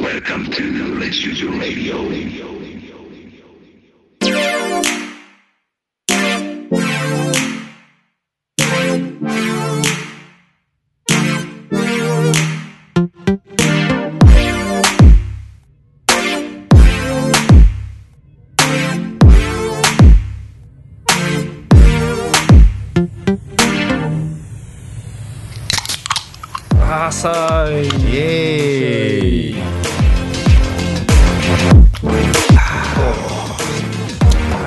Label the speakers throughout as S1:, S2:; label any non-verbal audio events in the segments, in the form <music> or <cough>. S1: Welcome to Let's Use Your Radio.
S2: 浅い
S3: イエーイ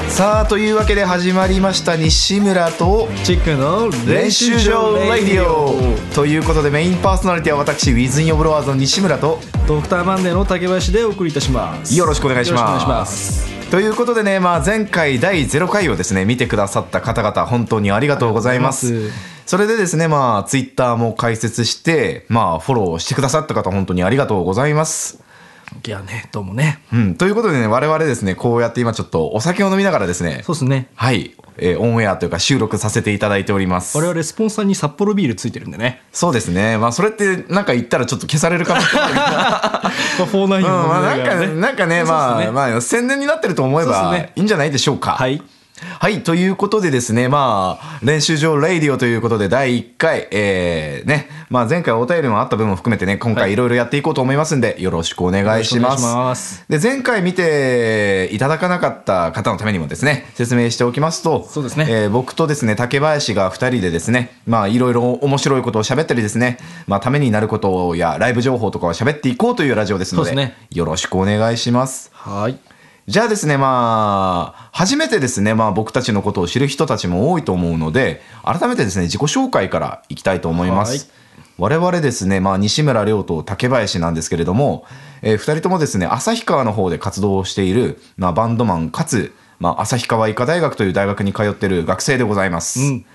S3: さあというわけで始まりました西村と
S2: チックの
S3: 練習場ラディオということでメインパーソナリティは私ウィズ・イン・オブ・ロワーズの西村と
S2: ドクターマンデーの竹林でお送りいたします
S3: よろしくお願いします
S2: よろくお願いします
S3: ということでね、まあ、前回第0回をですね見てくださった方々本当にありがとうございます
S2: ありがとうございま
S3: それでですねまあツイッターも開設してまあフォローしてくださった方本当にありがとうございます
S2: いやねどうもね
S3: うん、ということでね、我々ですね、こうやって今ちょっとお酒を飲みながらですね、
S2: そうですね
S3: はい、えーオンエアというか収録させていただいております。
S2: 我々スポンサーに札幌ビールついてるんでね
S3: そうですね。まあ、それってなんか言ったらちょっと消されるかも
S2: <laughs>
S3: しれない。
S2: まあフォーナイン
S3: うん、
S2: の飲み
S3: まあ、なん
S2: なが
S3: か、
S2: らね
S3: なんかね、
S2: そうっす
S3: まあ、
S2: ね
S3: まあ、宣伝になってると思え
S2: そうっす
S3: ば
S2: ね
S3: いいんじゃないでしょうか。
S2: はい
S3: はい、ということでですね、まあ、練習場レイディオということで、第1回、えー、ね、まあ、前回お便りもあった分も含めてね、今
S2: は
S3: 回
S2: い
S3: いろいろやっていこうと思いますんで、よろしくお願いし
S2: よろ
S3: ま
S2: し
S3: す。
S2: くお願いします
S3: で、前回見ていただかなかった方のためにもですね、説明しておきますと、
S2: そうですね
S3: えー僕とですね、竹林が2人でですね、まあ、いろいろ面白いことを喋ったりですね、まあ、ためになることや、ライブ情報とかを喋っていこうというラジオですので、
S2: そうですね
S3: よろしくお願いします。
S2: はい
S3: じゃあですね、まあ、初めてですね、まあ僕たちのことを知る人たちも多いと思うので、改めてですね、自己紹介からいきたいと思います。
S2: はい
S3: 我々ですね、まあ西村亮と竹林なんですけれども、えー、2人ともですね、旭川の方で活動をしている、まあ、バンドマンかつ、まあ、旭川医科大学という大学に通っている学生でございます。
S2: うん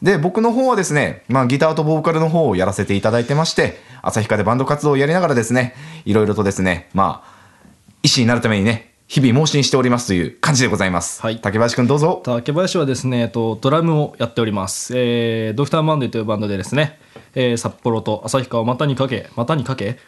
S3: で僕の方はですね、まあ、ギターとボーカルの方をやらせていただいてまして旭川でバンド活動をやりながらですねいろいろとですねまあ医師になるためにね日々盲信しておりますという感じでございます、
S2: はい
S3: 竹林くんどうぞ
S2: 竹林はですね、えっと、ドラムをやっております、えー、ドクターマンデーというバンドでですね、えー、札幌と旭川を股にかけ股にかけ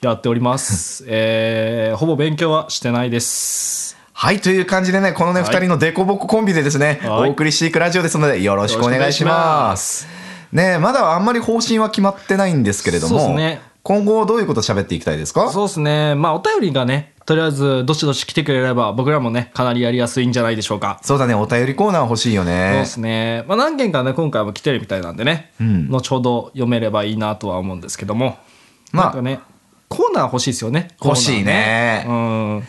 S2: やっております、えー、ほぼ勉強はしてないです
S3: はいという感じでねこのね、
S2: はい
S3: 2人のデコボココンビでですね、
S2: はい
S3: お送りしていくラジオですのでよろしくお願いします
S2: よ
S3: ねまだあんまり方針は決まってないんですけれども
S2: そうですね
S3: 今後どういうこと喋っていきたいですか
S2: そうですねまあお便りがねとりあえずどしどし来てくれれば僕らもねかなりやりやすいんじゃないでしょうか
S3: そうだねお便りコーナー欲しいよ
S2: そう
S3: ね
S2: ですね、まあ、何件かね今回も来てるみたいなんでね、
S3: ん
S2: 後ほど読めればいいなとは思うんですけども
S3: まあ
S2: なんかねコーナー欲しいですよね
S3: 欲しいね
S2: コーナーね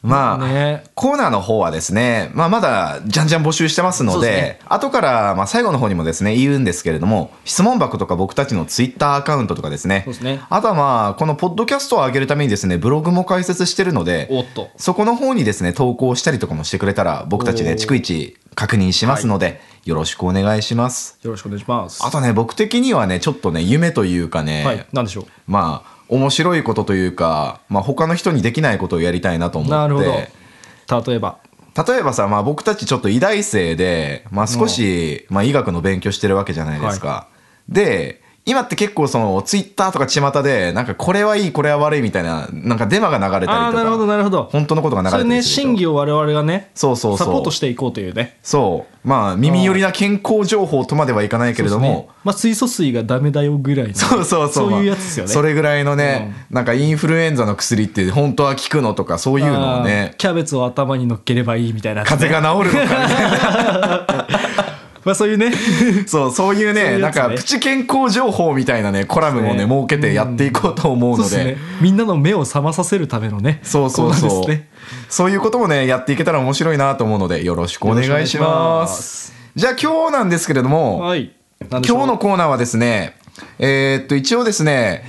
S3: まあ、
S2: うんね
S3: コーナーの方はですね、まあ、まだじゃんじゃん募集してますの
S2: そう
S3: で
S2: ですね
S3: 後から、まあ、最後の方にもですね言うんですけれども質問箱とか僕たちのツイッターアカウントとかですね
S2: そうですね
S3: あとはまあこのポッドキャストを上げるためにですねブログも開設してるので
S2: おっと
S3: そこの方にですね投稿したりとかもしてくれたら僕たち
S2: おー
S3: で逐一確認しますので、よろしくお願いします
S2: よろしくお願いします
S3: あとね僕的にはねちょっとね夢というかね、
S2: はいなんでしょう
S3: まあ面白いことというか、まあ、他の人にできないことをやりたいなと思って
S2: なるほど例えば
S3: 例えばさ、まあ、僕たちちょっと医大生で、まあ、少し、まあ、医学の勉強してるわけじゃないですか、で今って結構そのツイッターとか巷でなんかこれはいいこれは悪いみたいななんかデマが流れたりと
S2: あ
S3: か
S2: あーなるほどなるほど
S3: 本当のことが流れ
S2: そ
S3: た
S2: れ
S3: りする
S2: ね
S3: でしょ
S2: 審議を我々がね
S3: そうそうそう
S2: サポートしていこうというね
S3: そうまあ耳寄りな健康情報とまではいかないけれど
S2: そうです
S3: も
S2: ねまあ、水素水がダメだよぐらいの
S3: そうそうそう。
S2: そういうやつですよね
S3: それぐらいのね、なんかインフルエンザの薬って本当は効くのとか、そういうのを
S2: あー
S3: ね、
S2: キャベツを頭に乗っければいいみたいな、
S3: 風邪が治るのかみたい
S2: まあそういうね
S3: な。そう、そういう
S2: そうい
S3: ね、
S2: うや
S3: なん
S2: つね
S3: かプチ健康情報みたいなね、コラム
S2: そ
S3: もね、
S2: うですね
S3: 設けてやっていこうと思
S2: そ
S3: う
S2: う
S3: の
S2: ですね
S3: で。
S2: みんなの目を覚まさせるためのね
S3: そうそう
S2: コーナ
S3: そ
S2: ー
S3: う
S2: ですね。
S3: そういうこともね、やっていけたら面白いなと思うので、よろしくお願いし
S2: よろしくお願
S3: ま
S2: いしますす。
S3: じゃあ今日なんですけれども、
S2: はい今
S3: 今日のコーナーはですね、えーっと、一応ですね、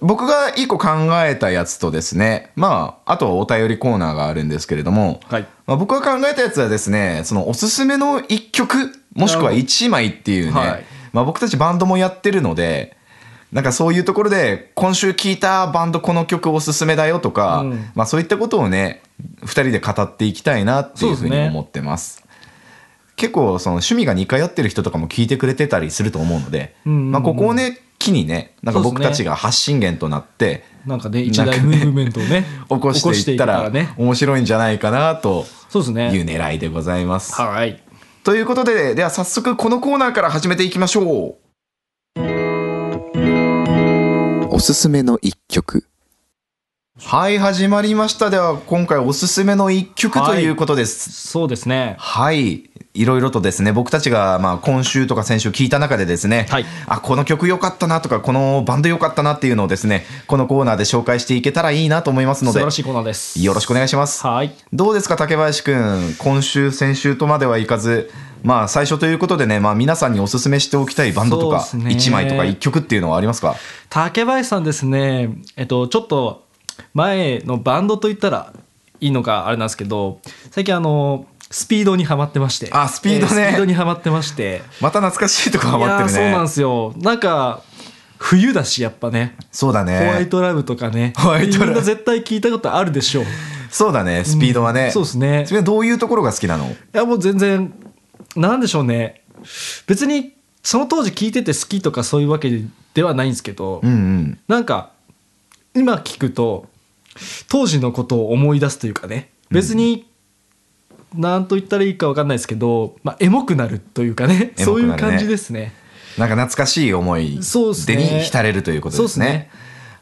S3: 僕が一個考えたやつとですね、まあ、あとお便りコーナーがあるんですけれども、
S2: はい
S3: まあ、僕が考えたやつはですね、そのおすすめの一曲、も
S2: な
S3: しく
S2: るほ
S3: は
S2: ど
S3: 一枚っていうね、
S2: はい
S3: まあ僕たちバンドもやってるので、なんかそういうところで、今週聴いたバンドこの曲おすすめだよとか、
S2: うん
S3: まあそういったことをね、二人で語っていきたいなっていうふうに思ってます。結構その趣味が似通ってる人とかも聞いてくれてたりすると思うので、
S2: うんうんうん
S3: まあ、ここをね機にねなんか
S2: そうです
S3: 僕
S2: ね
S3: たちが発信源となって
S2: なんかね一大ムーブメントをね
S3: <laughs> 起こしていったら
S2: ね
S3: 面白いんじゃないかなと
S2: そうです
S3: いう
S2: ね
S3: 狙いでございます。
S2: はい
S3: ということででは早速このコーナーから始めていきましょ
S4: おすすめの一曲。
S3: うはい始まりましたでは今回おすすめの一曲ということです。
S2: そうですね
S3: はいいろいろとですね僕たちがまあ今週とか先週聞いた中でですね、
S2: はい
S3: あこの曲良かったなとかこのバンド良かったなっていうのをですねこのコーナーで紹介していけたらいいなと思います
S2: 素
S3: ので
S2: 晴らしいコーナーです
S3: よろしくお願いします。
S2: はい
S3: どうですか竹林くん今週先週とまではいかずまあ最初ということでね、まあ、皆さんにおすすめしておきたいバンドとか
S2: そうですね
S3: 1枚とか1曲っていうのはありますか
S2: 竹林さんですねえっとちょっと前のバンドと言ったらいいのかあれなんですけど最近あのスピードにはまってまして
S3: あスピードね
S2: スピードにはまってまして
S3: また懐かしいとこハマってるね
S2: いやーそうなんですよなんか冬だしやっぱね
S3: そうだ
S2: ホワイ
S3: ね
S2: トラブとかね
S3: ホワイトラブ
S2: みんな絶対聞いたことあるでしょうい
S3: そうだねスピードはね、
S2: うんそうですね
S3: それはどういうところが好きなの
S2: やもう全然なんでしょうね別にその当時聞いてて好きとかそういうわけではないんですけど、
S3: うんうん
S2: なんか今聞くと当時のことを思い出すというかね別に何と言ったらいいか分かんないですけど、まあ、エモくなるというかね
S3: エモ
S2: そう
S3: く
S2: い
S3: なるね
S2: う感じですね
S3: なんか懐かしい思い
S2: そうっす
S3: 出
S2: ね
S3: に浸れるということ
S2: そう
S3: で
S2: っ
S3: す
S2: す
S3: ね
S2: ね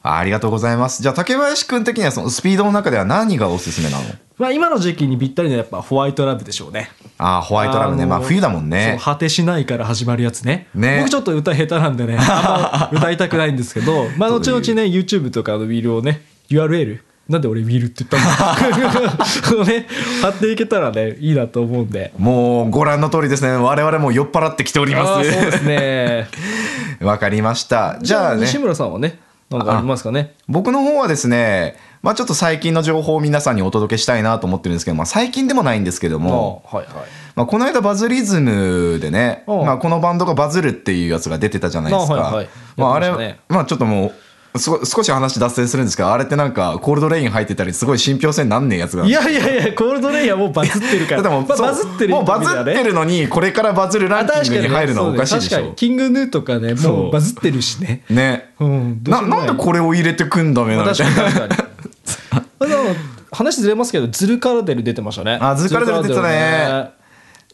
S3: あありがとうございますじゃあ竹林くん的にはそのスピードの中では何がおすすめなの
S2: まあ、今の時期にぴったりなやっぱホワイトラブでしょうね
S3: ああホワイトラブね
S2: あのー
S3: まあ冬だもんね
S2: そう果てしないから始まるやつね
S3: ね
S2: 僕ちょっと歌下手なん
S3: <laughs>
S2: でねあんま歌いたくないんですけどまあ後々
S3: そう
S2: ね YouTube とかのウィルをね URL なんで俺ウィルって言ったのこ
S3: <laughs>
S2: の <laughs> ね貼っていけたらねいいなと思うんで
S3: もうご覧の通りですね我々も酔っ払ってきておりま
S2: あーそうですすね
S3: わかりました <laughs> じゃあね
S2: 西村さんはねなんかありますかね
S3: 僕の方はですねまあちょっと最近の情報を皆さんにお届けしたいなと思ってるんですけど、まあ、最近でもないんですけど
S2: あ
S3: も、
S2: はいはい
S3: まあ、この間バズリズムでね、
S2: ああ
S3: まあ、このバンドがバズるっていうやつが出てたじゃないですか
S2: ああはいはい
S3: まあ、
S2: や
S3: あ
S2: ってました
S3: れ
S2: ね
S3: まあちょっともうすご少し話脱線するんですけどあれってなんかコールドレイン入ってたりすごい信憑性なんねえやつが
S2: いやいやいやコールドレイヤーもうバズってるか
S3: だ
S2: ら
S3: ってもう
S2: まあ
S3: そう
S2: バズってる
S3: もうバズ
S2: 意味
S3: っ
S2: では
S3: て
S2: ね
S3: るのにこれからバズるラ
S2: あ
S3: ンキ
S2: 確
S3: ン
S2: か
S3: グに
S2: ね
S3: 入るのはおかしいでし
S2: そうね確か
S3: ょ
S2: にキングヌーとかね
S3: そ
S2: も
S3: う
S2: うバズってるしね
S3: ね、
S2: うんどう
S3: な
S2: しようも
S3: ないんでこれを入れてくんだめ
S2: ま
S3: な
S2: あ
S3: んて
S2: 確かに確
S3: <laughs>
S2: かにあでも話ずれますけどズルカラデル出てましたね
S3: あズルカラデル出てた
S2: ズル
S3: ね
S2: カラデル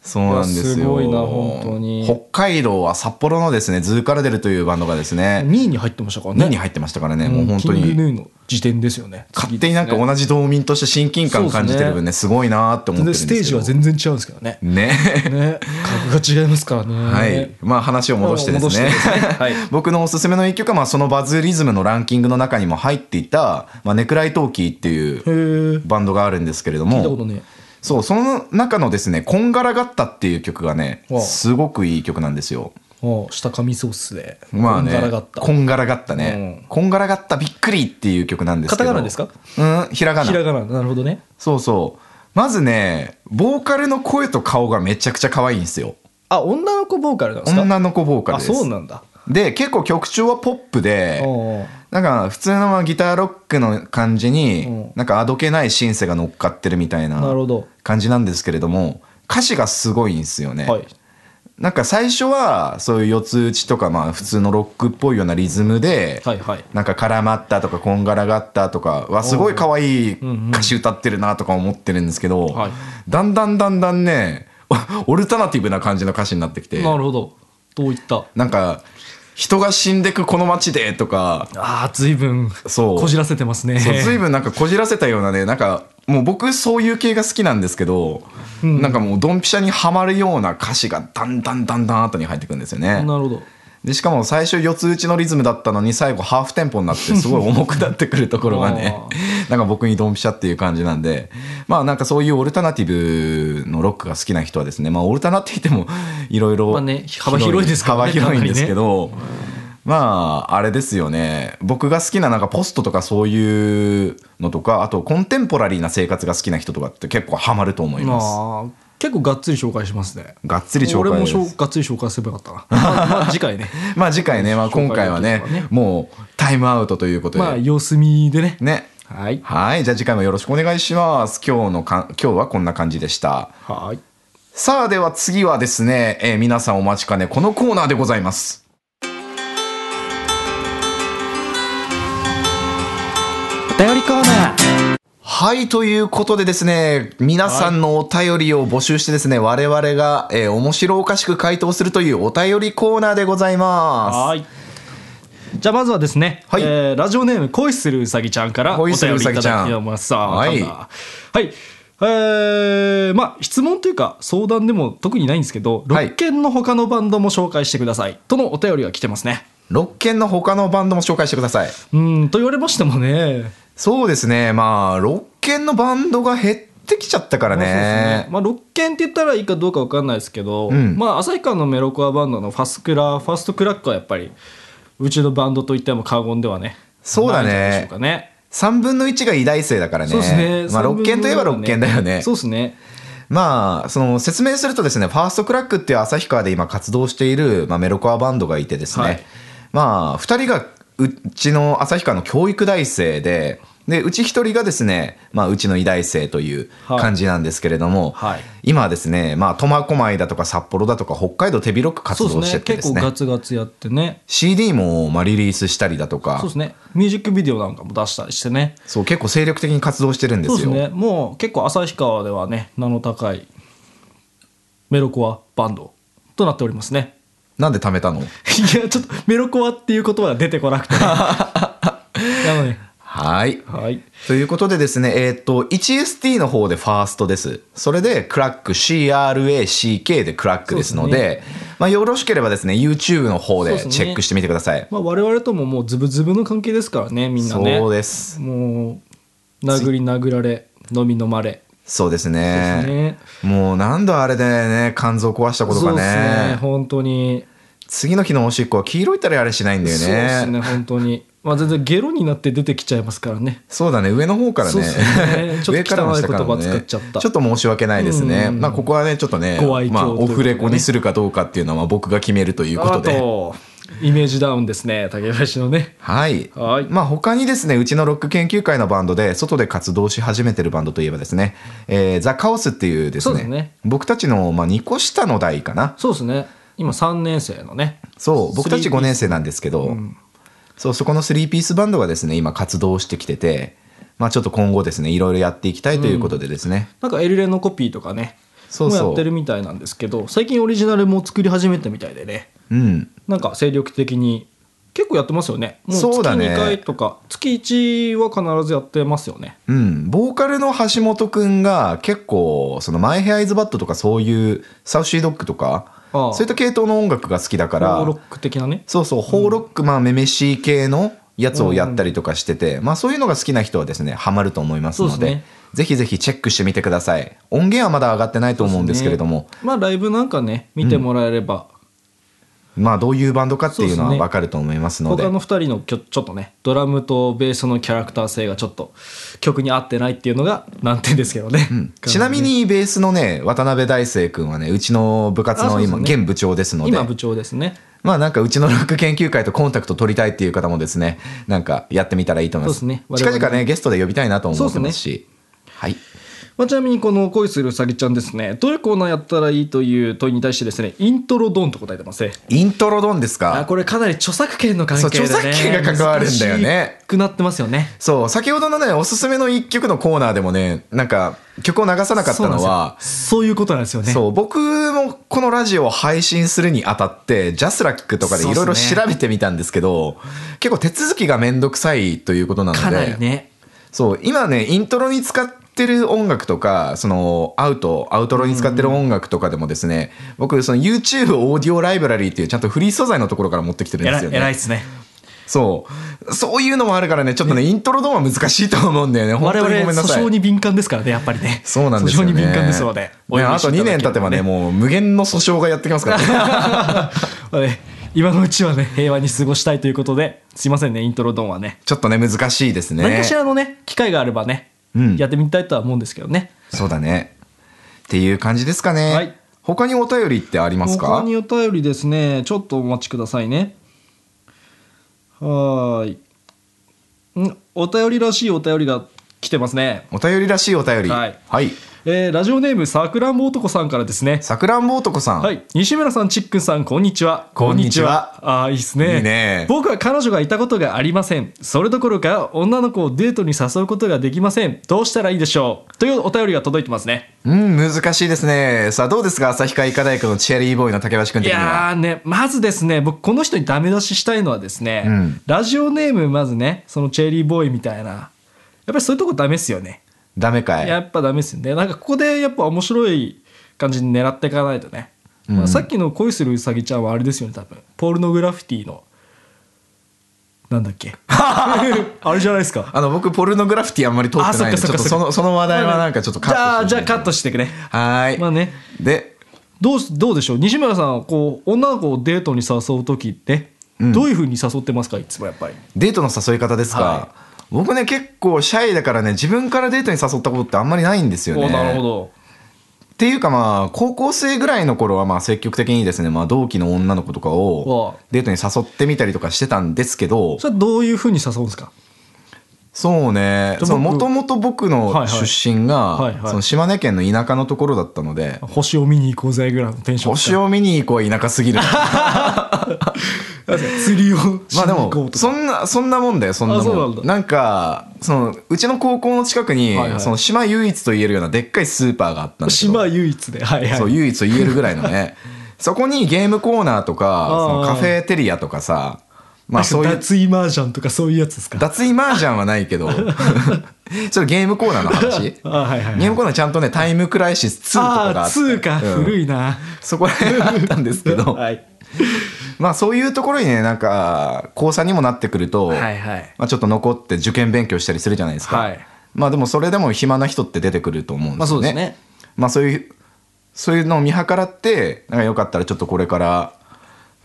S3: そうなんですよ。
S2: いやすごいな本当に
S3: 北海道は札幌のですね、ズーカラデルというバンドがですね、
S2: 2位に入ってましたからね
S3: 2に入ってましたからね、も
S2: う
S3: うん本当
S2: キング
S3: に。
S2: ヌーの時点ですよね
S3: 勝手になんか
S2: 同
S3: 同じ道民として親近感感じてる分ね、すごいなーって思ってるんです
S2: ス
S3: けど。
S2: テージは全然違うんですけどね
S3: ね。
S2: ね格が違いますからね
S3: はい。まあ話を戻してですね。
S2: 戻してですねはい
S3: <laughs> 僕のおすすめの一曲は、まあそのバズリズムのランキングの中にも入っていた、まあネクライトーキーってい
S2: へ
S3: う
S2: え
S3: バンドがあるんですけれども。
S2: 聞いたことね
S3: そう、その中のですね、こんがらがったっていう曲がね
S2: わ、あ
S3: すごくいい曲なんですよ。
S2: お下紙ソースで
S3: まあね、
S2: こんがらがった
S3: こんがらがったね。
S2: うん
S3: こんがらがったびっくりっていう曲なんですけど。
S2: カタカナですか
S3: うん、ひらがな。
S2: ひらがななるほどね
S3: そうそう。まずね、ボーカルの声と顔がめちゃくちゃ可愛いんですよ。
S2: あ女の子ボーカルなんですか
S3: 女の子ボーカル
S2: あ
S3: です。
S2: そうなんだ
S3: で、結構曲調はポップで、
S2: おー
S3: なんか普通のまあギターロックの感じ
S2: うん
S3: に、なんかあどけないシンセが乗っかってるみたいな
S2: なるほど
S3: 感じなんですけれども、歌詞がすごいんですよね。
S2: はい
S3: なんか最初はそういう四つ打ちとかまあ普通のロックっぽいようなリズムで、
S2: はいはい
S3: なんか絡まったとかこんがらがったとかはすごい可愛い歌詞歌ってるなとか思ってるんですけど、
S2: はい
S3: だんだんだんだんね <laughs> おオルタナティブな感じの歌詞になってきて
S2: なるほどどういった
S3: なんか人が死んでくこの街でとか
S2: ああ随分
S3: そう
S2: こじらせてますね
S3: そう随分なんかこじらせたようなねなんかもう僕そういう系が好きなんですけど、なんかもうドンピシャにはまるような歌詞がだんだんだんだん後に入ってくるんですよ
S2: な
S3: ね。
S2: るほど
S3: でしかも最初四つ打ちのリズムだったのに最後ハーフテンポになってすごい重くなってくるところ
S2: <laughs>
S3: がねなんか僕にドンピシャっていう感じなんでまあなんかそういうオルタナティブのロックが好きな人はですねまあオルタナって言ってもいろいろ
S2: まあね幅広いですからね
S3: 幅広いんですけど、まああれですよね僕が好きななんかポストとかそういうのとかあとコンテンポラリーな生活が好きな人とかって結構ハマると思います。
S2: まあ結構がっつり紹介しますね
S3: がっつり紹
S2: 俺
S3: 介
S2: も
S3: で
S2: し
S3: す
S2: ょうがっつり紹介すればよか
S3: <laughs>
S2: ったなまあまあ次回ね
S3: まあ次回ね、まあ、今回はね
S2: 紹介できるか
S3: もうタイムアウトということで、
S2: まあ様子見でね
S3: ね
S2: はい
S3: はいじゃあ次回もよろしくお願いします今日のかん今日はこんな感じでした
S2: はい
S3: さあでは次はですね、えー皆さんお待ちかねこのコーナーでございますはい、ということでですね、皆さんのお便りを募集してですね、我々が、えー面白おかしく回答するというお便りコーナーでございま
S2: はい。じゃあまずはですね、
S3: はい
S2: えーラジオネーム恋するうさぎちゃんからお便
S3: 恋
S2: りい
S3: す
S2: た
S3: る
S2: だき
S3: うさぎちゃん
S2: ます。さあ、
S3: は
S2: はいい。はい。えーまあ質問というか相談でも特にないんですけど、
S3: はい
S2: 6件の他のバンドも紹介してくださいとのお便りが来てますね。
S3: す。6件の他のバンドも紹介してください。
S2: うんと言われましてもね。
S3: そうですね、まあ、6件のバンドが減ってきちゃったから
S2: まあそうです
S3: ね
S2: ね。まあ、6件って言ったらいいかどうか分かんないですけど、
S3: ん
S2: まあ旭川のメロコアバンドのファスクラファーストクラックはやっぱりうちのバンドといっても過言ではね
S3: そうだ
S2: ない
S3: ね
S2: んじゃないでしょうかね
S3: 3分の1が偉大生だからね。
S2: そうですね。
S3: まあ、6件といえば6件だよね。
S2: そうですね。
S3: まあ、その説明するとですね、ファーストクラックっていう旭川で今活動している、まあ、メロコアバンドがいてですね、
S2: はい
S3: まあ、2人がうちの旭川の教育大生で、で、うち1人がですね、まあ、うちの医大生という
S2: はい
S3: 感じなんですけれども、
S2: はい
S3: 今はですね、まあ、苫小牧だとか札幌だとか北海道手広く活
S2: そう
S3: 動
S2: で
S3: し
S2: す
S3: て
S2: ね。
S3: っ
S2: 結
S3: てです
S2: 構
S3: ね、
S2: ガツガツやってね。
S3: CD もまあリリースしたりだとか
S2: そう、ですね。ミュージックビデオなんかも出したりしてね。
S3: そう、結構精力的に活動してるんで
S2: そうですす
S3: よ。
S2: ね。もう結構旭川ではね、名の高いメロコアバンドとなっております
S3: <laughs>
S2: ね。
S3: なんで貯めたの
S2: いや、ちょっとメロコアっていう言葉が出てこな
S3: <laughs>
S2: くて。なので、
S3: はい。
S2: はい。
S3: ということでですね、えーっと、1ST の方でファーストです。それでクラック、CRACK でクラックですので、
S2: そう
S3: まあ、よろしければですね、YouTube の
S2: そ
S3: 方
S2: う
S3: で
S2: ですね
S3: チェックしてみてください。
S2: まあ我々とももうズブズブの関係ですからね、みんな
S3: そう,、
S2: ね。
S3: です。
S2: もう、殴り殴られ、飲み飲まれ。
S3: そうです
S2: そう
S3: ね。
S2: ですね
S3: もう何度あれでね、肝臓壊したこと
S2: そ
S3: か
S2: うですね
S3: ね。
S2: 本当に。
S3: 次の日のおしっこは黄色いったらあれしないんだよ
S2: そうですね
S3: ね。
S2: 本当にまあ全然ゲロになって出てきちゃいますからね
S3: そうだね、上の方から
S2: そう
S3: ね。
S2: ですねちょっと
S3: 上からも
S2: 汚い
S3: 下から
S2: 言
S3: も
S2: 葉使っちゃった
S3: ちょっと申し訳ないですね。
S2: うん
S3: まあ、ここはね、ちょっとね
S2: ご愛、嬌
S3: まあ、
S2: ということでね
S3: オフレコにするかどうかっていうのはまあ僕が決めるというこ
S2: あ
S3: とで。
S2: とイメージダウンですね竹林のね
S3: はい。
S2: はい
S3: まあ他にですね、うちのロック研究会のバンドで、外で活動し始めてるバンドといえばですね、えー、ザ・カオスっていうです
S2: そう
S3: ね、
S2: ですね
S3: 僕たちの、まあ、2個下の代かな。
S2: そうですね今3年生のね
S3: そう、僕たち
S2: スリーピー
S3: 5
S2: ス
S3: 年生なんですけど、そう、そこの3ピースバンドがですね、今活動してきてて、まあちょっと今後ですね、いろいろやっていきたいということでですね、
S2: なんかエルレのコピーとかね
S3: そうそう
S2: もやってるみたいなんですけど最近オリジナルも作り始めたみたいでね
S3: うん、
S2: なんか精力的に結構やってますよねもう
S3: そう
S2: 月
S3: だね
S2: 2回とか、月1は必ずやってますよね
S3: うん、ボーカルの橋本くんが結構、そのマイヘアイズバットとかそういうサウシードッグとか、
S2: ああ
S3: そういった系統の音楽が好きだか
S2: ロ
S3: ら、
S2: ーロック的なね
S3: そうそう、ホーロック、まあ、めめしい系のやつをやったりとかしてて、まあ、そういうのが好きな人はですね、ハマると思いますの
S2: そ
S3: で、
S2: うですね
S3: ぜひぜひチェックしてみてください。音源はまだ上がってないと思うんですけれども、
S2: まあライブなんかね見てもらえれば、
S3: まあ、どういうバンドかっていう
S2: そ
S3: の
S2: うです
S3: は
S2: ね
S3: わかると思いますので、
S2: 他の2人のきょちょっとねドラムとベースのキャラクター性がちょっと曲に合ってないっていうのが難点ですけどね、
S3: ちなみにベースのね、渡辺大成君はね、うちの部活
S2: あそ
S3: の
S2: うです
S3: 今、
S2: ね
S3: 現部長ですので、
S2: 今部長ですね
S3: まあなんかうちのロック研究会とコンタクト取りたいっていう方もですね、なんかやってみたらいいと思います。
S2: そうですね我
S3: 近
S2: 々も
S3: 々ね、ゲストで呼びたいなと思って
S2: そう
S3: ま
S2: ですす
S3: し、はい。
S2: まあ、ちなみにこの恋するうさぎちゃんですねどういうコーナーやったらいいという問いに対してですねイントロドンと答えてますね
S3: イントロドンですか
S2: あこれかなり著作権の関係で、ね、
S3: そう著作権が関わるんだよね
S2: 難しくなってますよね
S3: そう、先ほどのね、おすすめの一曲のコーナーでもね、なんか曲を流さなかったのは、
S2: そういうことなんですよね
S3: そう、僕もこのラジオを配信するにあたって、ジャスラックとかでいろい
S2: そう
S3: ろ
S2: っす
S3: 調
S2: ね
S3: べてみたんですけど、結構手続きがめんどくさいということなので、
S2: かなりね
S3: そう、今ね、イントロに使ってる音楽とか、その、アウト、アウトロに使ってる音楽とかでもですね、僕、その YouTube オーディオライブラリーっていうちゃんとフリー素材のところから持ってきてるん
S2: え
S3: で
S2: ら
S3: すよ
S2: い
S3: ね。
S2: 偉いですね
S3: そう。そういうのもあるからね、ちょっとね、イントロドンは難しいと思うんだよね。本
S2: 我
S3: 当
S2: 々
S3: にごめんなさい。
S2: 訴訟に敏感ですからねやっぱりね
S3: そうなんですよ、
S2: 訴
S3: ね。
S2: 訟に敏感ですのでお
S3: ね、
S2: 呼
S3: あ
S2: びして
S3: と
S2: いただければ
S3: 2年経てばね、もう無限の訴訟がやってきますから、
S2: <laughs> はい今のうちはね平和に過ごしたいということですいませんねイントロドンはね
S3: ちょっとね、難しいですね。
S2: 何かしらのね機会があればね、
S3: うん
S2: やってみたいとは思うんですけどね
S3: そうだね。っていう感じですかね。
S2: はい
S3: 他にお便りってあります
S2: 他
S3: か
S2: にお便りですねちょっとお待ちくださいねはーいんお便りらしいお便りが来てますね
S3: お便りらしいお便り。
S2: はい
S3: はい。
S2: えーラジオネームさくらんぼ男さんからですね
S3: さくらんぼ男さん。
S2: はい西村さんちっくんさんこんにちは
S3: こんにちは
S2: こんにあーいいですね
S3: いいね
S2: 僕は彼女がいたことがありませんそれどころか女の子をデートに誘うことができませんどうしたらいいでしょうというお便りが届いてますね
S3: うん、難しいですね。さあ、どうですか旭川医科大学のチェリーボーイの竹橋君
S2: い
S3: 的には。
S2: やーね、まずですね、僕、この人にダメ出ししたいのはですね、
S3: うん
S2: ラジオネーム、まずね、そのチェリーボーイみたいな、やっぱりそういうとこダメっすよね。
S3: ダメか
S2: や
S3: い
S2: っぱダメっすよね。なんかここでやっぱ面白い感じに狙っていかないとね。まあ、さっきの恋するうさぎちゃんはあれですよね、多分ポルノグラフィティの、なんだっ
S3: <laughs>
S2: け。あれじゃないですか。
S3: あの、僕、ポルノグラフィティあんまり通ってないんで、
S2: あ
S3: ち
S2: そっ
S3: ょ
S2: かそっか
S3: っと
S2: そっ
S3: そ
S2: か
S3: の、その話題はなんかちょっとカット
S2: じゃあ、
S3: して
S2: じゃあカットしてくね。
S3: はーい。
S2: まあね。
S3: で、
S2: どうすどうでしょう西村さんはこう女の子をデートに誘う時って、どういうふうに誘ってますかいつもやっぱり
S3: デートの誘い方ですか、
S2: は
S3: 僕ね結構シャイだからね自分からデートに誘ったことってあんまりないんですよね。
S2: おなるほど
S3: っていうかまあ高校生ぐらいの頃はまあ積極的にですね、まあ、同期の女の子とかを
S2: わあ
S3: デートに誘ってみたりとかしてたんですけど
S2: それはどういうふうに誘うんですか
S3: そうね
S2: じゃあ僕
S3: もともと僕
S2: はいは
S3: の
S2: い
S3: 出身
S2: はいはい
S3: がその島根県の田舎のところだったので。
S2: 星を見に行こうぜぐらいのテンション
S3: 星を見に行こうは田舎
S2: <laughs>
S3: すぎる
S2: 釣りをし
S3: まあで
S2: に行こう
S3: も
S2: とか
S3: そんなそんなもんだよそんな
S2: あそう
S3: も
S2: なん
S3: ん
S2: だ
S3: なんかそのうちの高校の近くに、
S2: はいはい
S3: その島唯一と言えるようなでっかいスーパーがあったんですよ
S2: 島唯一ではいはい
S3: そう唯一言えるぐらいの
S2: <laughs>
S3: ねそこにゲームコーナーとか
S2: あー
S3: そのカフェテリアとかさまあそ
S2: <laughs>
S3: ういう
S2: 脱衣麻雀とかそういうやつですか
S3: 脱衣麻雀はな
S2: <laughs>
S3: いけどそれゲームコーナーの話
S2: あーはいはいはい
S3: ゲームコーナーちゃんとねタイムクライシス2とかがあ
S2: ああ
S3: って
S2: 通貨
S3: うん
S2: 古いな、
S3: そこら辺あったんですけど
S2: <laughs> はい
S3: まあそういうところにねなんか交差にもなってくると、
S2: はいはい
S3: まあ、ちょっと残って受験勉強したりするじゃないですか、
S2: はい
S3: まあでもそれでも暇な人って出てくると思うんですよね,、
S2: まあそうですね
S3: まあそういうそういうのを見計らってなんかよかったらちょっとこれから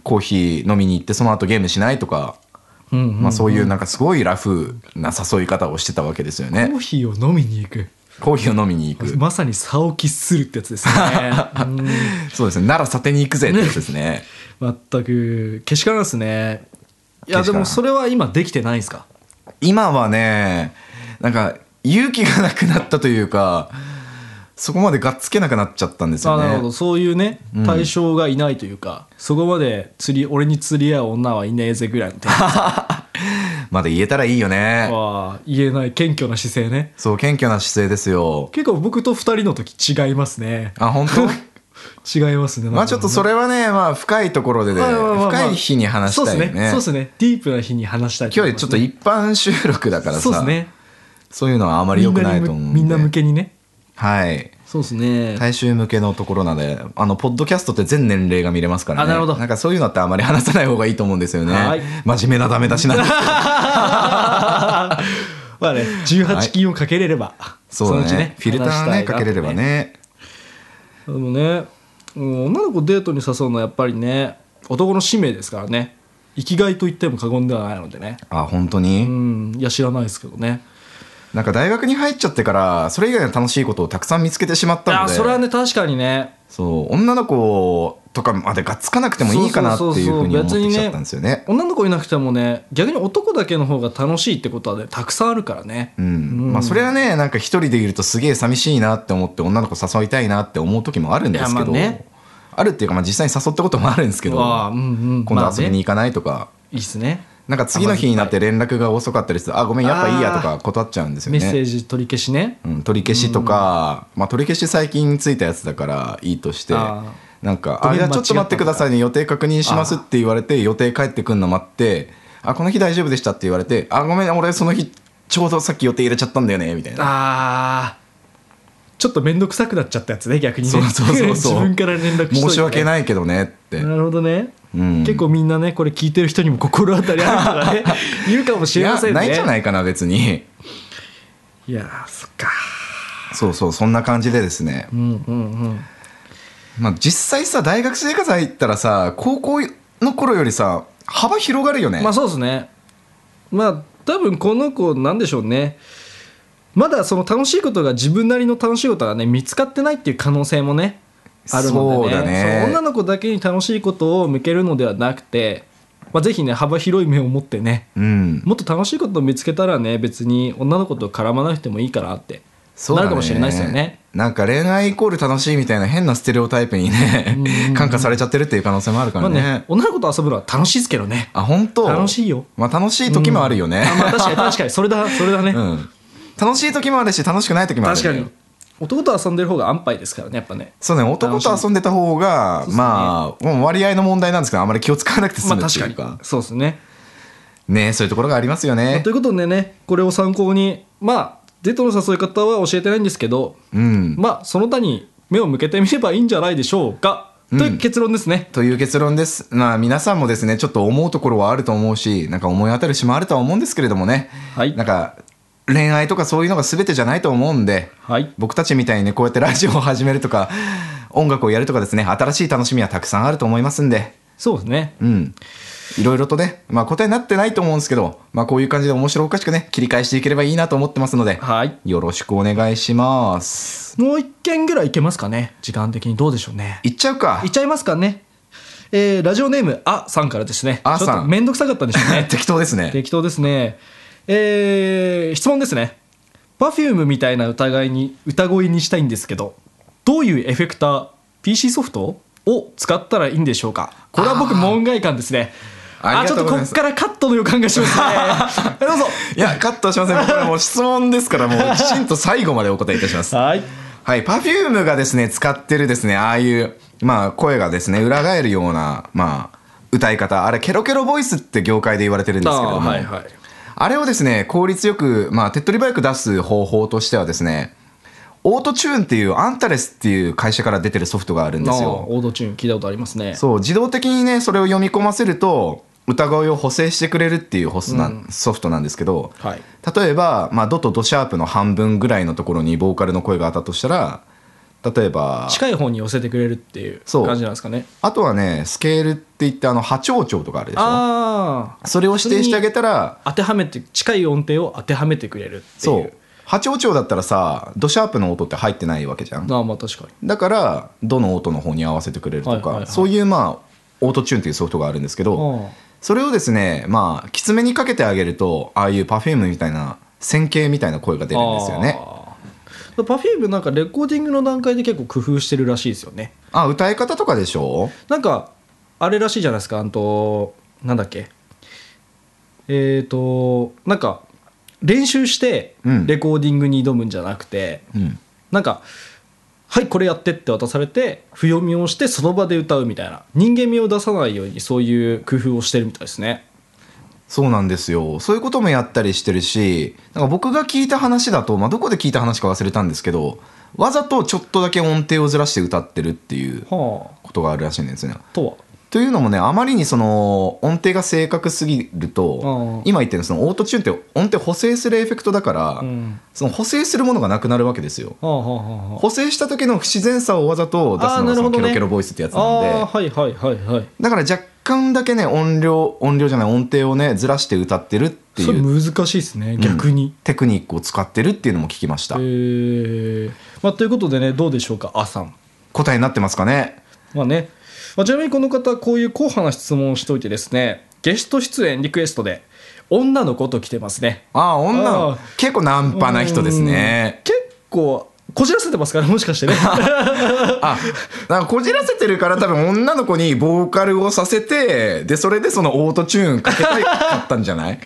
S3: コーヒー飲みに行ってその後ゲームしないとか、
S2: うんうん
S3: まあ、そういうなんかすごいラフな誘い方をしてたわけですよ
S2: コ
S3: ね
S2: ーヒーを飲みに行く
S3: コーヒーを飲みに行く
S2: まさに差を喫するってやつ
S3: <laughs>
S2: ですねうん
S3: そうですねならさてに行くぜってやつですね
S2: 全くけしからんですねいや
S3: けし
S2: で
S3: からん
S2: もそれは今できてないんですか
S3: 今はねなんか勇気がなくなったというかそこまでがっつけなくなっちゃったんです
S2: あ
S3: よね
S2: なるほどそういうね
S3: ん
S2: 対象がいないというか、そこまで釣り俺に釣り合う女はいねえぜぐらいのテンション
S3: まだ言えたらいいよね。
S2: わあ言えない謙虚な姿勢ね
S3: そう、謙虚な姿勢ですよ。
S2: 結構僕と2人の時違いますね
S3: あ、本当
S2: <laughs> 違いますね
S3: まあちょっとそれはね、まあ深いところでね、
S2: まあまあまあまあ
S3: 深い日に話したいよね。
S2: そうですねそうですねディープな日に話したい
S3: 今日ちょっと
S2: い
S3: 一般収録だからさ、
S2: そうですね
S3: そういうのはあまり良くないと思うんで。
S2: みんなにむみんな向けにね
S3: はい。
S2: そうですね <laughs>
S3: 大衆向けのところなので、あの、ポッドキャストって全年齢が見れますからね。
S2: あなるほど
S3: なんかそういうのってあまり話さない方がいいと思うんですよね。
S2: はい
S3: 真面目なダメ出しなんで。
S2: <laughs> まあね18金をかけれれば、
S3: そうだ
S2: のうち
S3: ねフィルターね、
S2: 話したいなと
S3: かけれればね。
S2: でもねうん女の子をデートに誘うのはやっぱりね男の使命ですからね生きがいと言っても過言ではないのでね
S3: あ、本当に、
S2: うんいや知らないですけどね
S3: なんか大学に入っちゃってから、それ以外の楽しいことをたくさん見つけてしまっ
S2: い
S3: たの
S2: や
S3: で。
S2: それはね確かにね
S3: そう女の子とかまでがっつかなくてもいいかなっていうふうに思ってきちゃったんですよね。
S2: 女の子いなくてもね逆に男だけの方が楽しいってことはねたくさんあるからね
S3: うんまあそれはねなんか一人でいるとすげえ寂しいなって思って女の子誘いたいなって思う時もあるんですけ
S2: いやま
S3: ど
S2: あ
S3: あ,、
S2: ね
S3: るっていうか、まあ、実際に誘ったこともあるんですけど、
S2: わあうんうん
S3: 今度遊び
S2: ま
S3: に
S2: あね
S3: 行かないとか、
S2: いいっすね
S3: なんか次の日になって連絡が遅かったりするとあごめんやっぱいいやとか断っちゃうんですよ
S2: メッセー
S3: ね。
S2: ジ取り消しね
S3: うん、取り消しとか、まあ、取り消し最近ついたやつだからいいとして
S2: あー
S3: なんか「
S2: ごめ
S3: あ
S2: ん
S3: じゃあちょっと待ってくださいね予定確認します」って言われて予定帰ってくんの待って「あこの日大丈夫でした」って言われて「あごめん俺その日ちょうどさっき予定入れちゃったんだよね」みたいな
S2: あーちょっと面倒くさくなっちゃったやつね逆にね
S3: そうそうそうそ
S2: 自
S3: う
S2: 分から連絡しといて
S3: 申し訳ないけどねって
S2: なるほどね、
S3: うん
S2: 結構みんなねこれ聞いてる人にも心当たりある <laughs> からねいるかもし
S3: い
S2: れ
S3: や
S2: ませんね
S3: ないんじゃないいかな別 <laughs> に
S2: いやーそっか
S3: そうそうそんな感じでですね、
S2: うんうんうん
S3: まあ、実際さ大学生活入ったらさ高校の頃よりさ幅広がるよね、
S2: まあそうですねまあ多分この子なんでしょうねまだその楽しいことが自分なりの楽しいことがね見つかってないっていう可能性もねあるのでね
S3: そうだね
S2: その女の子だけに楽しいことを向けるのではなくて、まあ、ぜひね幅広い目を持ってね
S3: うん
S2: もっと楽しいことを見つけたらね別に女の子と絡まなくてもいいかなって
S3: そう
S2: な
S3: だね
S2: るかもしれないですよね。
S3: なんか恋愛イコール楽しいみたいな変なステレオタイプにね、感化されちゃってるっていう可能性もあるか
S2: ま
S3: ら
S2: あね
S3: ね、。
S2: 女の子と遊ぶのは楽しいですけどね。
S3: <laughs> あ、本当
S2: 楽しいよ
S3: まあ楽しい時もあるよね。
S2: あまあ確かに確かに、それだ、それだね。
S3: うん。楽しい時もあるし、楽しくない時もある
S2: 確
S3: よ。
S2: かに。男と遊んでる方が安牌ですからね、やっぱね。
S3: そうね、男と遊んでた方が、
S2: しい
S3: まあ、もう割合の問題なんですけど、あまり気を使わなくて済
S2: まあ
S3: むって
S2: 確
S3: い
S2: か
S3: う
S2: に
S3: か。。
S2: そうですね。
S3: ねそういうところがありますよ
S2: まあ
S3: ね
S2: とい。うことでね、これを参考に、まあ、デートの誘い方は教えてないんですけど、
S3: うん。
S2: まあ、その他に目を向けてみればいいんじゃないでしょうか。という結論ですね。
S3: という結論です。まあ皆さんもですね、ちょっと思うところはあると思うし、なんか思い当たるしもあるとは思うんですけれどもね、
S2: はい
S3: なんか恋愛とかそういうのが全てじゃないと思うんで、
S2: はい。
S3: 僕たちみたいにね、こうやってラジオを始めるとか、音楽をやるとかですね、新しい楽しみはたくさんあると思いますんで、
S2: そうですね。
S3: うん。いろいろとね、まあ答えになってないと思うんですけど、まあこういう感じで面白おかしくね、切り返していければいいなと思ってますので、
S2: はい。
S3: よろしくお願いします。
S2: もう一件ぐらいいけますかね。時間的にどうでしょうね。
S3: いっちゃうか
S2: いっ。ちゃいますかね。えーラジオネーム、あさんからですね。
S3: あさん
S2: ちょっとめんどくさかったんでしょうね。
S3: <laughs> 適当で
S2: <laughs>
S3: すね。
S2: 適当ですね。えー質問ですね。Perfume みたいな歌声に歌声にしたいんですけど、どういうエフェクター、PC ソフトを使ったらいいんでしょうかこれは僕、門外観ですね。
S3: あ
S2: あ
S3: り
S2: ち
S3: が
S2: ょっと
S3: とうござ
S2: こ
S3: いま
S2: っ
S3: す
S2: からカットの予感がしますね。
S3: <laughs>
S2: どうぞ。
S3: いや、カットはしません。
S2: <laughs>
S3: これもう質問ですから、もうきちんと最後までお答えいたします。
S2: はい。
S3: はい、パフュームがですね、使ってるですね、ああいう、まあ、声がですね、裏返るような、まあ、歌い方、あれ、ケロケロボイスって業界で言われてるんですけども、
S2: はいはい。
S3: あれをですね、効率よく、まあ、手っ取り早く出す方法としてはですね、オートチューンっていう、アンタレスっていう会社から出てるソフトがあるんです
S2: あー
S3: よ。
S2: オードチューン聞いたことありますね。
S3: そう、自動的にね、それを読み込ませると、歌声を補正してくれるっていうホスな、ソフトなんですけど、
S2: はい。
S3: 例えば、まあ、ドとドシャープの半分ぐらいのところにボーカルの声があったとしたら例えば
S2: 近い方に寄せてくれるっていう
S3: そう
S2: 感じなんですかね。
S3: あとはねスケールって言ってあの波長長とかあるでしょ
S2: ああ。
S3: それを指定してあげたら
S2: 当てはめて近い音程を当てはめてくれるっていう
S3: そう波長長だったらさドシャープの音って入ってないわけじゃん
S2: ああまあ確かに
S3: だからどの音の方に合わせてくれるとか、
S2: はいはいはい
S3: そういうまあオートチューンっていうソフトがあるんですけど
S2: あ
S3: それをですねまあきつめにかけてあげるとああいうパフュームみたいな線形みたいな声が出るんですよね
S2: パフィームなんかレコーディングの段階で結構工夫してるらしいですよね
S3: あ歌い方とかでしょ
S2: なんかあれらしいじゃないですかあんとなんだっけえっ、となんか練習して
S3: うん
S2: レコーディングに挑むんじゃなくて、
S3: うん
S2: なんか「はいこれやって」って渡されて譜読みをしてその場で歌うみたいな人間味を出さないようにそういう工夫をしてるみたいですね
S3: そうなんですよ。そういうこともやったりしてるし、なんか僕が聞いた話だと、まあ、どこで聞いた話か忘れたんですけど、わざとちょっとだけ音程をずらして歌ってるってい
S2: は
S3: う
S2: あ
S3: ことがあるらしいんですよね。
S2: とは
S3: というのもね、あまりにその音程が正確すぎると
S2: ああ、
S3: 今言ってるそのオートチューンって音程補正するエフェクトだから、
S2: ん
S3: その補正するものがなくなるわけですよ。
S2: はあはあはあはあ
S3: 補正した時の不自然さをわざと出す
S2: あーな
S3: のが
S2: る
S3: そ
S2: ほ
S3: の
S2: ど
S3: ケ
S2: ね
S3: ロケロボイスってやつなんで。
S2: あーはいはいはいはい
S3: だから若干だけね音量音量じゃない音程をねずらして歌ってるって
S2: そ
S3: い
S2: れ
S3: う
S2: 難しいですね逆に、
S3: テクニックを使ってるっていうのも聞きました
S2: えーまあ、ということでねどうでしょうかあさん
S3: 答えになってますかね
S2: まあね、まあ、ちなみにこの方こういう硬派な質問をしておいてですねゲスト出演リクエストで女の子と来てますね
S3: ああ女の
S2: ああ
S3: 結構ナンパな人ですね
S2: 結構こじらせてますからもしかして
S3: <laughs>
S2: ね
S3: あなんかこじらせてるから多分女の子にボーカルをさせてでそれでそのオートチューンかけたいかったんじゃない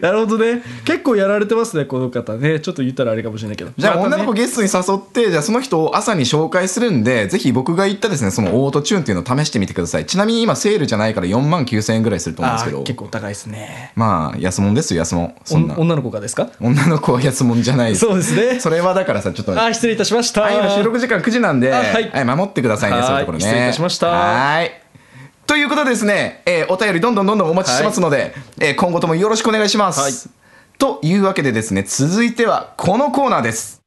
S2: なるほどね結構やられてますねこの方ねちょっと言ったらあれかもしれないけど
S3: じゃあ
S2: また
S3: 女
S2: ね
S3: の子ゲストに誘ってじゃあその人を朝に紹介するんでぜひ僕が言ったですねそのオートチューンっていうのを試してみてくださいちなみに今セールじゃないから4万9000円ぐらいすると思うんですけ
S2: あ
S3: ど
S2: ー結構高いですね
S3: まあ安物ですよ安物そんな
S2: お女の子がですか
S3: 女の子は安物じゃないです
S2: そうですね
S3: それはだからさちょっと
S2: あー失礼いたしました
S3: はい、今収録時間9時なんで、
S2: あ
S3: は、
S2: はいい
S3: 守ってくださいね、
S2: はい
S3: そういうところね。
S2: 失礼いたしました
S3: はい。ということでですね、えーお便りどんどんどんどんお待ちしてますので、えー今後ともよろしくお願いします。
S2: はい
S3: というわけでですね、続いてはこのコーナーです。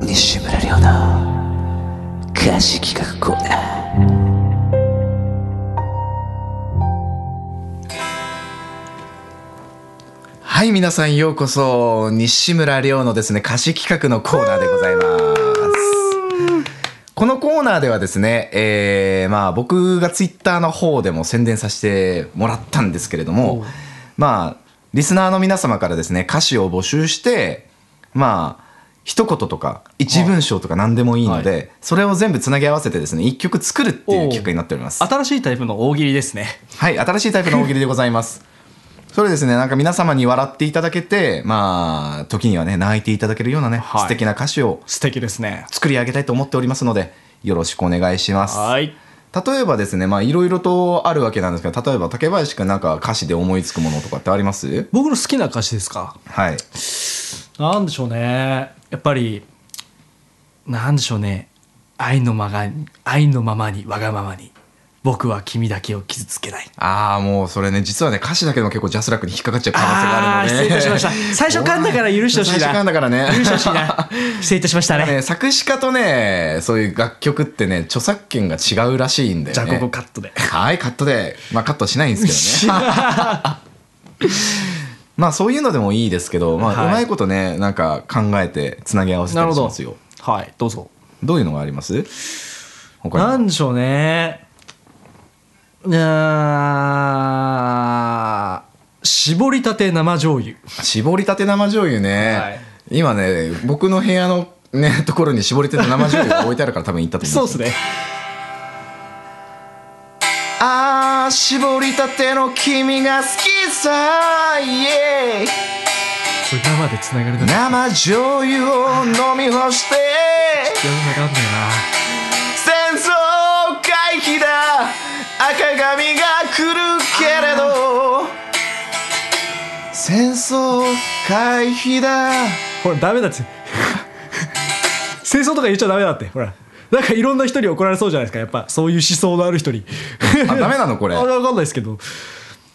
S5: 西村亮の歌詞企画コーナー
S3: はい、皆さんようこそ、西村亮のですね、歌詞企画のコーナーでございます。このコーナーではですね、えーまあ僕がツイッターの方でも宣伝させてもらったんですけれども、まあ、リスナーの皆様からですね、歌詞を募集して、まあ、一言とか一文章とか何でもいいので、
S2: は
S3: それを全部つなぎ合わせてですね一曲作るっていう企画になっております
S2: 新しいタイプの大喜利ですね
S3: はい新しいタイプの大喜利でございます
S2: <laughs>
S3: それですねなんか皆様に笑っていただけてまあ時にはね泣いていただけるようなね、
S2: はい
S3: 素敵な歌詞を
S2: 素敵ですね
S3: 作り上げたいと思っておりますのでよろしくお願いします
S2: はい
S3: 例えばですねまあいろいろとあるわけなんですけど例えば竹林くんなんか歌詞で思いつくものとかってあります
S2: 僕の好きな歌詞ですか
S3: はい
S2: なんでしょうねやっぱりなんでしょうね愛のまが愛のままにわがままに僕は君だけを傷つけない
S3: ああもうそれね実はね歌詞だけでも結構ジャスラックに引っかかっちゃう可能性があるの
S2: あー失
S3: で
S2: 礼いたしました最初噛んだから許してほしいな
S3: 最初噛んだからね
S2: 許してほしいな <laughs> 失礼いたしましたね
S3: ね作詞家とねそういう楽曲ってね著作権が違うらしいんで、ね、
S2: じゃあここカット <laughs> で
S3: はいカットでまあカットしないんですけどね
S2: <laughs>
S3: まあそういうのでもいいですけど、まあ
S2: はいう
S3: まいことねなんか考えてつなぎ合わせたりしますよ
S2: はいどうぞ
S3: どういうのがあります他に
S2: なんでしょうねいやー絞りたて生醤油
S3: 絞りたて生醤油ね、
S2: はい
S3: 今ね僕の部屋のねところに絞りたて生醤油が置いてあるから多分行ったと思
S2: そううんっ
S3: ですすよ
S2: ね
S3: ああ絞りたての君が好きさイエーイ
S2: これ生でつながれた
S3: 生醤油を飲み干して
S2: 世の中あんだよ
S3: 戦争回避だ赤髪が来るけれど戦争回避だ
S2: なほらダメだって <laughs> 戦争とか言っちゃダメだってほらなんかいろんな人に怒られそうじゃないですかやっぱそういう思想のある人に
S3: あダメなのこれ
S2: あれ <laughs> わかんないですけど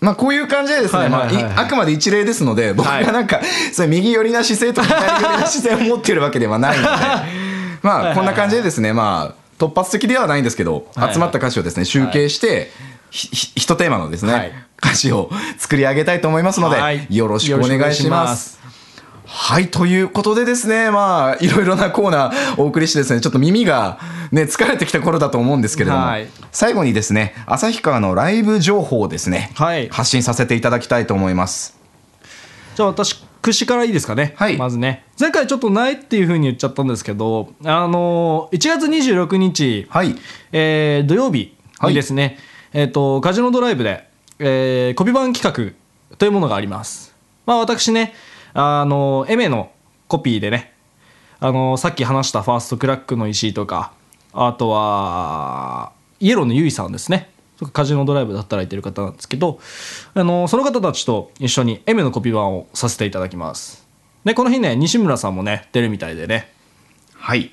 S3: まあこういう感じでです
S2: は
S3: ね、
S2: い
S3: ま
S2: はい
S3: あ
S2: はいはい
S3: いあくまで一例ですので、僕
S2: はい
S3: がなんか、それ右寄りな姿
S2: <laughs>
S3: 勢とか左寄りな姿勢を持ってるわけではないので、まあこんな感じでですね、まあ突発的ではないんですけど、
S2: はいはい
S3: 集まった歌詞をですね、集計して、ひひ一テーマのです
S2: はい
S3: ね、歌詞を作り上げたいと思いますの
S2: はい
S3: で、よろしくお願いします。はい、ということでですね、まあ、いろいろなコーナーお送りしてですね、ちょっと耳がね、疲れてきた頃だと思うんですけれども
S2: はい、
S3: 最後にですね、旭川のライブ情報をですね、
S2: はい
S3: 発信させていただきたいと思います。
S2: じゃあ私串からいいですかね、
S3: はい
S2: まずね前回ちょっとないっていうふうに言っちゃったんですけどあの1月26日、
S3: はい。
S2: えー土曜日にですね、えっとカジノドライブで、えー、コビ版企画というものがありますまあ私ねあのエメのコピーでねあのさっき話したファーストクラックの石井とかあとはイエローのゆいさんですねカジノドライブで働いてる方なんですけどあのその方たちと一緒に M のコピー版をさせていただきますでこの日ね西村さんもね出るみたいでね
S3: はい。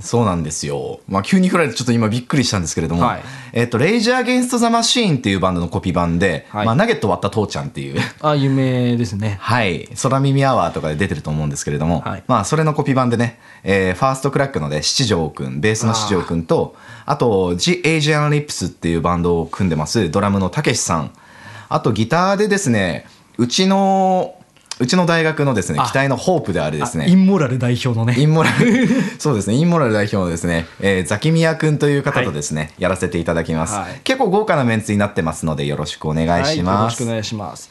S3: そうなんですよ。まあ、急に振られてちょっと今びっくりしたんですけれども、
S2: はい
S3: えっ、と、レイジャー・ゲンスト・ザ・マシーンっていうバンドのコピー版で、
S2: はい
S3: まあ、ナゲット割った父ちゃんっていう、
S2: あ有名ですね
S3: はい、空耳アワーとかで出てると思うんですけれども、
S2: はい
S3: まあ、それのコピー版でね、えーファーストクラックので七条くん、ベースの七条くんと、あと、ジ・エイジアン・リップスっていうバンドを組んでます、ドラムのたけしさん。あと、ギターでですね、うちの、うちの大学のですね、
S2: あ
S3: 期待のホープであるですね、
S2: インモラル代表のね
S3: インモラル <laughs> そうですねインモラル代表のですね、えー、ザキミヤくんという方とですね、やらせていただきます、
S2: はい
S3: 結構豪華なメンツになってますのでよろしくお願いし
S2: はい、よろ
S3: ま
S2: しく
S3: す
S2: お
S3: はい、
S2: 願いします。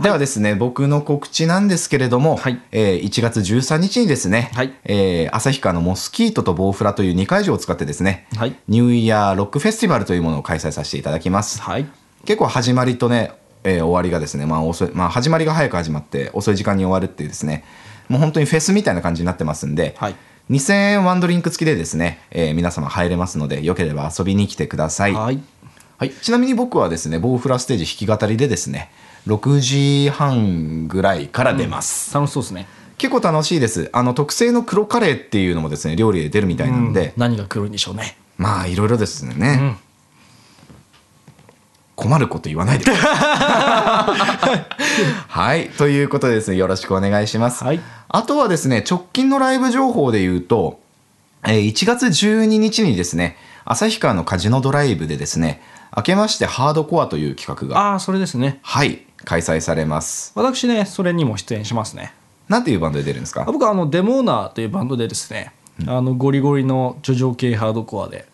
S3: ではですね僕の告知なんですけれども、
S2: はい
S3: えー1月13日にですね、
S2: はい
S3: えー旭川のモスキートとボウフラという2会場を使ってですね、
S2: はい
S3: ニューイヤーロックフェスティバルというものを開催させていただきます、
S2: はい。
S3: 結構始まりとね、えー終わりがですね、まあ遅いまあ、始まりが早く始まって遅い時間に終わるっていうですねもう本当にフェスみたいな感じになってますんで、
S2: はい
S3: 2000円ワンドリンク付きでですね、えー皆様入れますのでよければ遊びに来てください、
S2: はい。
S3: はいちなみに僕はですねボウフラステージ弾き語りでですね6時半ぐらいから出ます、
S2: 楽しそうですね。
S3: 結構楽しいですあの特製の黒カレーっていうのもですね料理で出るみたいなんで、
S2: 何が来るんでしょうね。
S3: まあいろいろですね、
S2: うん
S3: 困ること言わないでください
S2: <laughs>
S3: はいということでですねよろしくお願いします、
S2: はい
S3: あとはですね直近のライブ情報で言うと、えー1月12日にですね旭川のカジノドライブでですね明けましてハードコアという企画が
S2: ああ、それですね。
S3: はい開催されます
S2: 私ね、それにも出演しますね。
S3: なんていうバンドで出るんです
S2: あ
S3: か
S2: 僕はあのデモーナーというバンドでですね、あのゴリゴリの叙情系ハードコアで、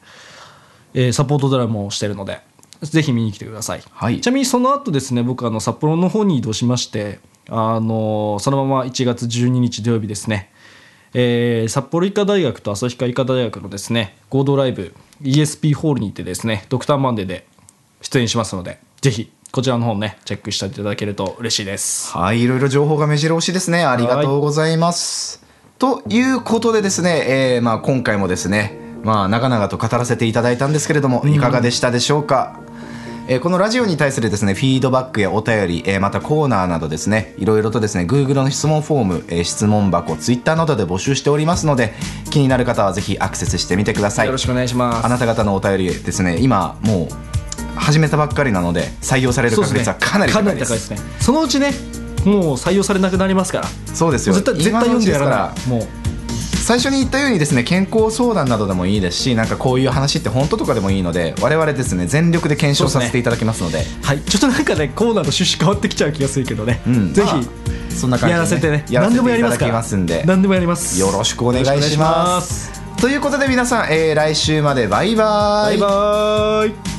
S2: えーサポートドラムをしてるので、ぜひ見に来てください。
S3: はい
S2: ちなみにその後ですね、僕あの札幌の方に移動しまして、あのそのまま1月12日土曜日ですね、えー札幌医科大学と旭川医科大学のですね合同ライブ ESP ホールにてですねドクターマンデーで出演しますのでぜひこちらの方もねチェックしていただけると嬉しいです
S3: はい、いろいろ情報が目白押しですね。ありがとうございます。ということでですね、えーまあ、今回もですね、まあ、長々と語らせていただいたんですけれども、いかがでしたでしょうか。えーこのラジオに対するですねフィードバックやお便り、えーまたコーナーなどですねいろいろとですね Google の質問フォーム、えー質問箱 Twitter などで募集しておりますので気になる方はぜひアクセスしてみてください
S2: よろしくお願いします
S3: あなた方のお便りですね今もう始めたばっかりなので採用される
S2: そうで
S3: 確
S2: すね
S3: 率はかなり高いです
S2: ねそのうちねもう採用されなくなりますから
S3: そうですよ
S2: 絶対絶対
S3: 今の
S2: 読
S3: うんち
S2: でや
S3: す
S2: ら
S3: か
S2: ないもう
S3: 最初に言ったようにですね健康相談などでもいいですしなんかこういう話って本当とかでもいいので我々ですね全力で検証させていただきますので
S2: はいちょっとなんかねコーナーの趣旨変わってきちゃう気がするけどね、
S3: うん
S2: ぜひ、
S3: まあそんな感じでね
S2: やらせてね
S3: やら
S2: 何
S3: せ
S2: でもや
S3: て
S2: り
S3: いた
S2: ます
S3: だ
S2: か
S3: き
S2: ら
S3: ますんで
S2: 何でもやります
S3: よろしくお願いしま
S2: よ
S3: す
S2: ろくお願いします
S3: ということで皆さん、えー来週までバイバ
S2: バ
S3: イ
S2: イバイ